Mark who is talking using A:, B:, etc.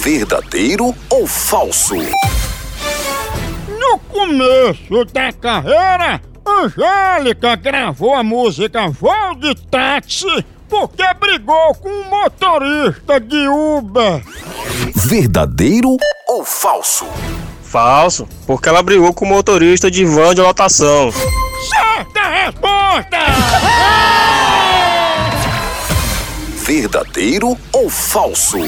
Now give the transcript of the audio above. A: verdadeiro ou falso?
B: No começo da carreira, Angélica gravou a música Voo de Táxi porque brigou com um motorista de Uber.
A: Verdadeiro ou falso?
C: Falso, porque ela brigou com o motorista de van de lotação.
B: Certa resposta!
A: Verdadeiro ou falso?